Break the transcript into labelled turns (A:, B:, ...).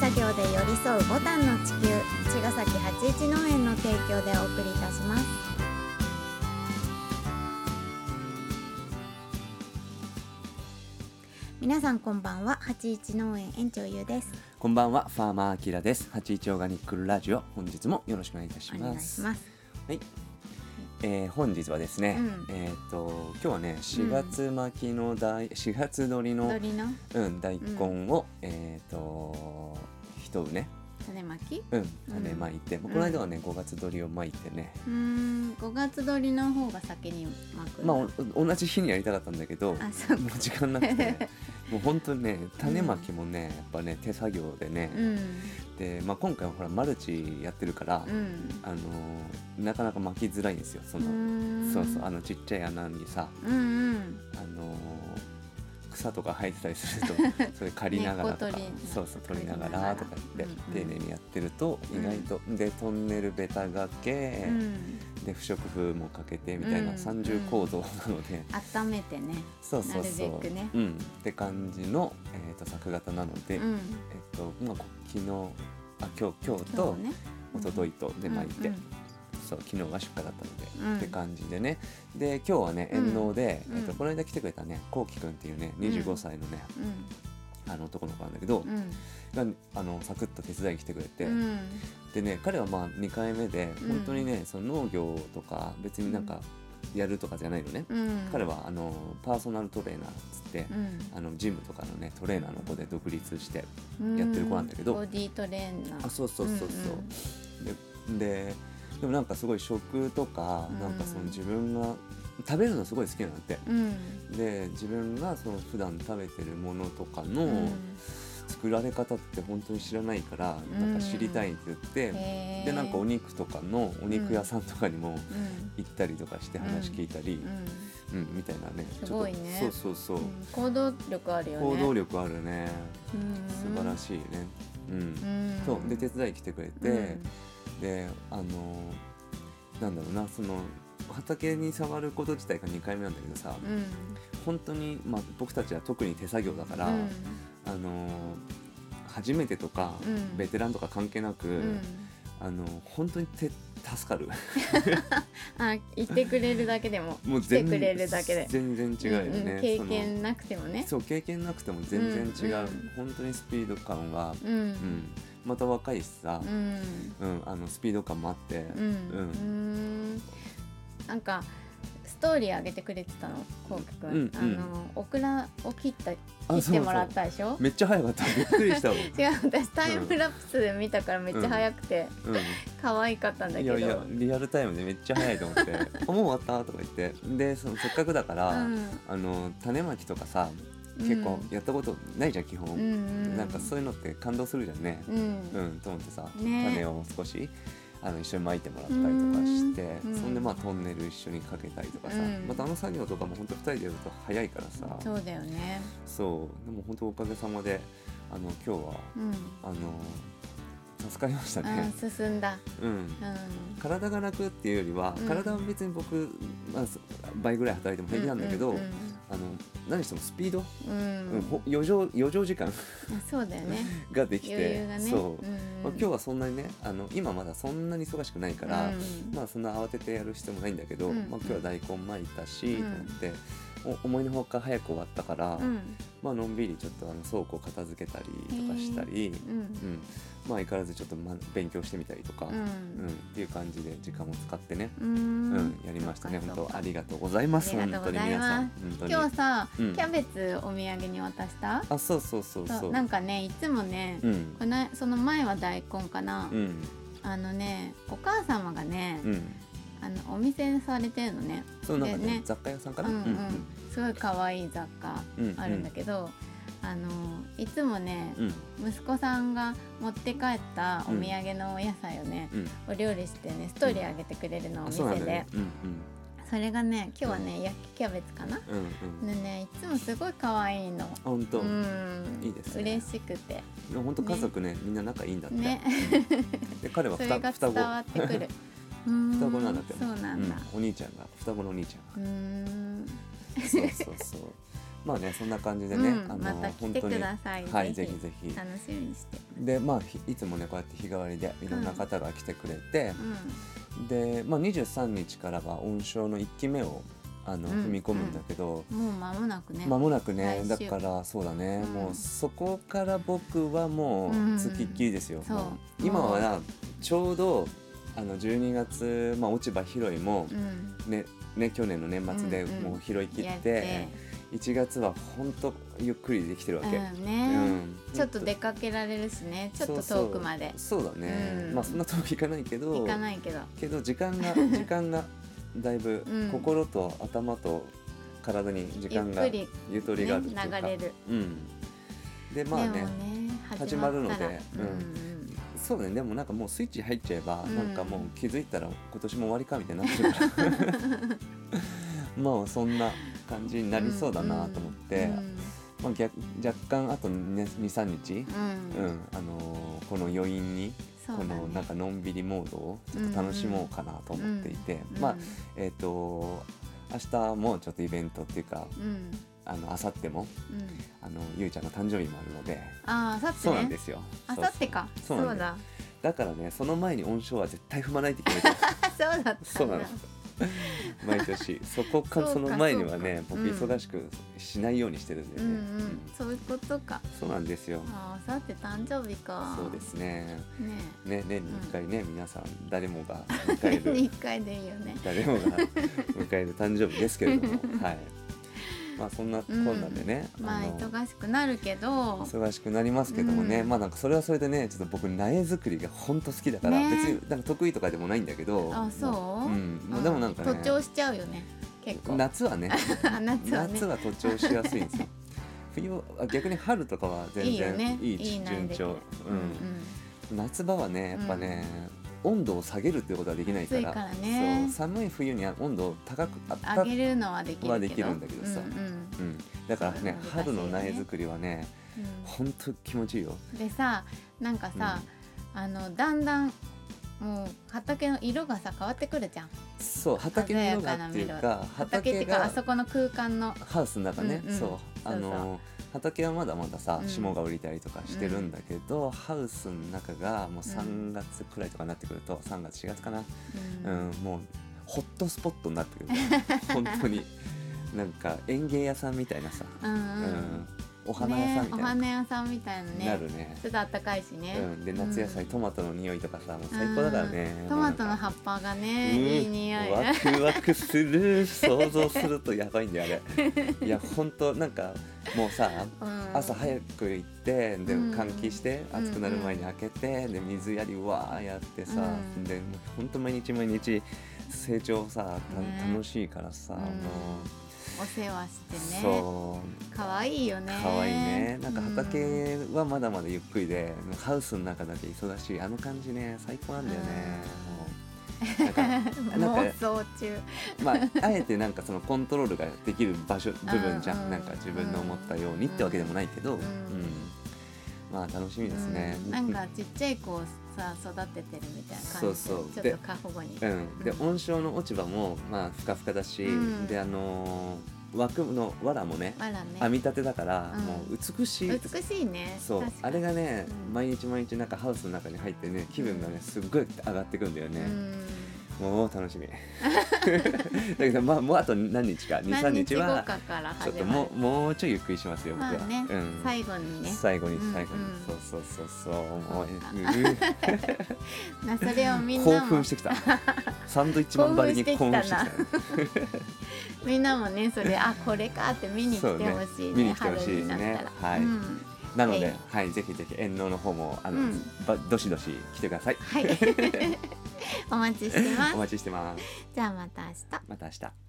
A: 作業で寄り添うボタンの地球茅ヶ崎八一農園の提供でお送りいたします皆さんこんばんは八一農園園長ゆうです
B: こんばんは、ファーマーアキラです。八一オーガニックラジオ、本日もよろしくお願いいたし
A: お願
B: ま
A: いし
B: す。
A: ます
B: はい。えー、本日はですね、
A: うん
B: えっ、と今日はね4月巻きの大、4月取りの
A: 鳥の
B: うん大根を、えっ、と一畝ね
A: 種まき
B: うん種まいて、まあこの間はね5月取りをまいてね、
A: うーん5月鳥の方が先に巻く
B: まあお同じ日にやりたかったんだけども
A: あそう
B: う時間なくて ねもう本当にね種まきもねやっぱね手作業でね、
A: うん
B: でまあ今回はほらマルチやってるから、
A: うん
B: あのーなかなか巻きづらいんですよその、
A: ん
B: そうそうあのちっちゃい穴にさ、
A: うんうん
B: あのー草とか生えてたり するとそれ借りながらとか
A: 根っこ取り
B: そうそう
A: 取
B: 取
A: り
B: り
A: な
B: な
A: が
B: が
A: ら
B: らとか言って、
A: うんうん
B: 丁寧にやってると意外と、でトンネルベタがけ、
A: うん
B: で不織布もかけてみたい
A: うん
B: な三重構造なので、
A: 温めてね
B: そうそうそう
A: なるべくね
B: うん、って感じの、えー、と作型なので、
A: うん
B: えっとまあ、こ昨日あ今日今日と
A: そうね
B: 一昨日とで巻いて、
A: うんうん
B: そう昨日が出荷だったので、
A: うん
B: って感じでねで今日はね遠納で、
A: うん
B: えっとこの間来てくれたねこうきくんっていうね25歳のね、あの男の子なんだけど
A: う、ん
B: があのサクッと手伝いに来てくれて、
A: うんうん
B: でね彼はまあ2回目で
A: うん
B: 本当にね、その農業とか別になんかやるとかじゃないのね、
A: うん
B: 彼はあのパーソナルトレーナーっつって
A: う、ん
B: あのジムとかのねトレーナーの子で独立して、やってる子なんだけど
A: ボディートレーナー
B: あそうそうそうそう、でででもなんかすごい食とか、
A: うん
B: なんかその自分が食べるのすごい好きなんだって
A: うんうん
B: で自分がその普段食べてるものとか
A: うん
B: の作られ方って本当に知らないから、
A: うん
B: なんか知りたいって言って、
A: へー
B: でなんかお肉とかのお肉屋さんとかにも
A: うん
B: 行ったりとかして話聞いたり
A: う、ん
B: うんみたいなね
A: すごいね
B: ちょっとそうそうそう、
A: うん行動力あるよね
B: 行動力あるね素晴ら
A: い
B: しいねうん、
A: ん
B: そうで手伝い来てくれて、であのなんだろうなその畑に触ること自体が2回目なんだけどさ、
A: うん
B: 本当にまあ僕たちは特に手作業だから、
A: うん
B: あの初めてとか、
A: うん
B: ベテランとか関係なく、
A: うん
B: あの本当に手 助かる
A: あ言ってくれるだけでも
B: もう
A: 来て
B: 全
A: くれるだけで
B: 全然違うよね、
A: うん経
B: その
A: 験なくてもね
B: そう経験なくても全然違う、
A: うんうん
B: 本当にスピード感が、
A: う
B: うんん、また若いしさ
A: う、ん
B: うんあのスピード感もあって、
A: うん、
B: う
A: うーんなんかストーリー上げてくれてたのこうきくん、
B: うんうん
A: あのオクラを切った
B: あ
A: 切ってもらっ
B: そうそう
A: たでしょ
B: めっちゃ早かったびっくりしたも ん、
A: 違う私タイムラプスで見たからめっちゃ早くて
B: うん
A: 可愛かったんだけど
B: いやいやリアルタイムでめっちゃ早いと思って 「あもう終わった?」とか言ってでそのせっかくだから、
A: うん
B: あの種まきとかさ結構やったことないじゃん基本、
A: うんうん
B: なんかそういうのって感動するじゃんね
A: うん、
B: うん、と思ってさ、
A: ね
B: 種を少しあの一緒にまいてもらったりとかして、
A: うん
B: そんでまあトンネル一緒にかけたりとかさ、
A: うん
B: またあの作業とかも本当2人でやると早いからさ
A: そうだよね
B: そうでも本当おかげさまであの今日は
A: うん、
B: あの助かりました
A: あ
B: ね。
A: ー進んだ
B: うん
A: う
B: 体が楽っていうよりは、
A: うん
B: 体は別に僕、まあ、そ倍ぐらい働いても
A: ん
B: 平気なんだけど、
A: うん
B: あの何してもスピード、
A: うんうん
B: うんほ余剰余剰時間
A: あそうだよね
B: ができ
A: 余
B: て、
A: 裕がね
B: そう、
A: ん
B: まあ、今日はそんなにねあの今まだそんなに忙しくないから、
A: うん
B: まあそんな慌ててやる必要もないんだけど、
A: うん
B: まあ、今日は大根まいたし、
A: うん
B: と思ってお思いのほか早く終わったから、
A: うん
B: まあのんびりちょっとあの倉庫片付けたりとかしたり、
A: うん
B: うん、まあ相変わらずちょっと、ま、勉強してみたりとか、
A: うん
B: うん、っていう感じで時間を使ってね、
A: う
B: うんんやりましたね
A: そうか
B: 本
A: そうか
B: 当ありがとうございます
A: あ
B: 本
A: りがとうご
B: 当に
A: ざい
B: 皆さ
A: ま
B: ん
A: す
B: 本当
A: 今
B: に
A: 日さ、
B: うん
A: キャベツお土産に渡した
B: あそうそうそう
A: そう
B: そう
A: なんかねいつもね、
B: うん
A: このその前は大根かな、
B: うん
A: あのねお母様がね、
B: うん
A: あのお店されてるのね
B: そうなんか
A: でね
B: ね雑貨屋さんか
A: うん
B: な
A: うん、すごい可愛い雑貨
B: うん
A: あるんだけど、あのいつもね、
B: うん
A: 息子さんが持って帰ったお土産のお野菜をね、
B: うん
A: お料理してねストーリーあげてくれるのお
B: あ
A: 店
B: そうなん
A: で
B: だねうん
A: それがね今日はね、焼きキャベツかな
B: うんうんう
A: で
B: ん
A: ねいつもすごい可愛いの
B: あ本当
A: うん
B: いいですね
A: 嬉しくて
B: でも本当家族ねみんな仲いいんだって
A: ね
B: うんで彼は
A: そ
B: ふ
A: れ
B: た
A: が
B: 双
A: 伝
B: 子
A: わってく るうーん
B: 双子なんだって
A: そうなんだ
B: うんお兄ちゃんが双子のお兄ちゃんが
A: うーん
B: そうそうそうまあねそんな感じでね、
A: うん
B: あの
A: また来てください。
B: はいぜひぜひ
A: 楽しみにして。
B: でまあひいつもねこうやって日替わりでいろんな方が来てくれて、
A: う
B: で、まあ、23日からは音章の1期目をあの、
A: うん
B: 踏み込むんだけど、
A: ん、もう間もなくね。
B: 間もなくねだ
A: 来週
B: からそうだね、
A: うん
B: もうそこから僕はも
A: うん
B: うつきっきりですよ、
A: そう
B: もう今はなちょうどあの12月、まあ、落ち葉拾いも
A: うん。
B: ね、ね、去年の年末で
A: うんうん
B: もう拾い切
A: や
B: っ、
A: って
B: 1月は本当ゆっくりできてるわけ、
A: うん
B: う
A: ね、
B: ん
A: ちょっと出かけられるしね。ちょっと遠くまで
B: そうそうそうだね、
A: うん
B: まあそんな遠く行かないけど
A: 行かないけど。
B: けど時間 が時間がだいぶ
A: うん
B: 心と頭と体に時間が
A: ゆっくり
B: ゆとりがあるというか、
A: ね流れる
B: うん、でまあ
A: で
B: ね
A: もね
B: 始まるので
A: 始まったら
B: うん
A: うん
B: そうねでもなんかもうスイッチ入っちゃえば、
A: うん
B: なんかもう気づいたら今年も終わりかみたいになってるから まあそんな感じになりそうだなと思って、
A: うん
B: まあ、逆若干あと23日、
A: うん
B: う
A: うん
B: んあのーこの余韻に、
A: そう
B: こ
A: だね
B: のなんかのんびりモードをちょっと楽しもうかなと思っていて、
A: うん
B: まあえっ、と明日もちょっとイベントっていうか
A: うん
B: あの明後日も
A: うん
B: あのゆうちゃんの誕生日もあるので、
A: ああ
B: そ
A: さ
B: うなん
A: っ
B: で
A: ね
B: すよ
A: あ
B: そう
A: さってか
B: そうなん
A: だ
B: だからねその前に音章は絶対踏まないって決 めて
A: あそうだったんだ
B: そう なの毎年そこかその前にはね
A: そう
B: 僕
A: か
B: 忙しくしないようにしてるんだ
A: う
B: よ
A: ん
B: ね、
A: うんそういうことか
B: そうなんですよ
A: ああさって誕生日か
B: そうですね
A: ね
B: ね年に1回ね、皆さん誰もが
A: え
B: 迎え る
A: 一回でいいよね
B: 誰もが迎える誕生日ですけれどもはいまあそんなこんなんでね、
A: まあ
B: の
A: 忙しくなるけど
B: 忙しくなりますけどもね、
A: うん
B: まあなんかそれはそれでねちょっと僕苗作りが本当好きだから、
A: ね
B: 別になんか得意とかでもないんだけど
A: あそう
B: うん
A: あ
B: まあ、でもなんかね
A: 徒長しちゃうよね結構
B: 夏はね
A: あ 夏はね
B: 夏は徒長しやすいんですよ冬はあ逆に春とかは全
A: いいよね
B: 然いい
A: いい苗
B: 順
A: で
B: 調
A: うんうん
B: うん、夏場はねやっぱね、温度を下げるっていうことはできないか
A: 暑
B: ら
A: いからね
B: そう寒い冬には温度を高くあっ
A: あげるのはできるけど
B: はできるんだけどさ
A: うんうん
B: うん、だからね
A: そう
B: 春の
A: 難しいよね
B: 苗作りはね
A: うん
B: 本当気持ちいいよ。
A: でさなんかさ、あのだんだんもう畑の色がさ変わってくるじゃん
B: そう畑の色がっていう
A: 鮮や
B: か
A: 畑ってい
B: 畑
A: うかあ
B: が
A: そこの空間の
B: ハウスの中ね、
A: うんうん
B: そうあの
A: そうそ
B: 畑はまだまださ
A: うん
B: 霜が降りたりとかしてるんだけど、ハウスの中がもう3月くらいとかになってくると、3月4月かな、
A: う
B: うんんもうホットスポットに なってくる本当になんか園芸屋さんみたいなさ、
A: うん
B: う
A: うんん
B: お花
A: ね
B: 屋さんみ
A: お
B: たいな、
A: 花屋さんみたいなね
B: なるね。
A: ちょっと暖かいしね、
B: うん、で夏野菜、
A: うん
B: トマトの匂いとかさもう最高だからね、
A: トマトの
B: っ
A: 葉っぱがねいい匂い
B: ワクワクする想像するとやばいんだよあ れいやほんとなんかもうさ
A: うん
B: 朝早く行ってで
A: うん
B: 換気して
A: うん
B: 暑くなる前に開けてで水やりわーやってさ
A: うん
B: でほんと毎日毎日成長さた
A: ね
B: 楽しいからさ
A: うん
B: もう
A: お世話してね
B: そう
A: 可愛いよね
B: 可愛いねなんか畑はまだまだゆっくりで、ハウスの中だけ忙しいあの感じね最高なんだよね、もう なんか
A: うん
B: なんか
A: 妄想中
B: まああえてなんかそのコントロールができる場所部分じゃん、
A: うん
B: なんか自分の思ったようにってわけでもないけ
A: う
B: ど、
A: ん
B: まあ楽しみですね、
A: うんなんかちっちゃい子をさ育ててるみたいな感じで
B: そうそう
A: ちょっ
B: で
A: と過保護に
B: うん、で
A: うん
B: 温床の落ち葉もまあふかふかだし、
A: うん
B: であのー枠の藁もね
A: あらね
B: 編み立てだから、
A: うん
B: もう美しい
A: 美しいね
B: そう
A: 確か
B: あ
A: に
B: れがね、
A: うん
B: 毎日毎日なんかハウスの中に入ってね気分がねすっごい上がってくんだよ
A: う
B: ね、
A: ん
B: もう 楽しみだけどまあもうあと何日か23
A: 何
B: 日
A: 日後
B: は
A: かから
B: ちょ
A: 始
B: っ
A: まる
B: ともうもうちょいゆっくりしますよ僕は、
A: まあね
B: うん、
A: 最後にね
B: 最後に
A: うん
B: 最後に、
A: うん
B: そうそうそうそうもう
A: そう か
B: う
A: なそれをみ
B: うん興
A: なも
B: 奮してきたサンドイッチマンばりに興
A: 興奮
B: 奮
A: し
B: してて
A: きた
B: きた
A: なみんなもねそれあこれかって見に来てほしいね
B: そうね見に来てほしいですね
A: 春になったら
B: はい
A: うん
B: なの
A: え
B: で、はい、ぜひぜひ遠納の方もあの、
A: うん
B: ばどしどし来てください
A: はい お待ちしてま
B: お
A: す
B: 待ちしてます
A: じゃあまた明日
B: また明日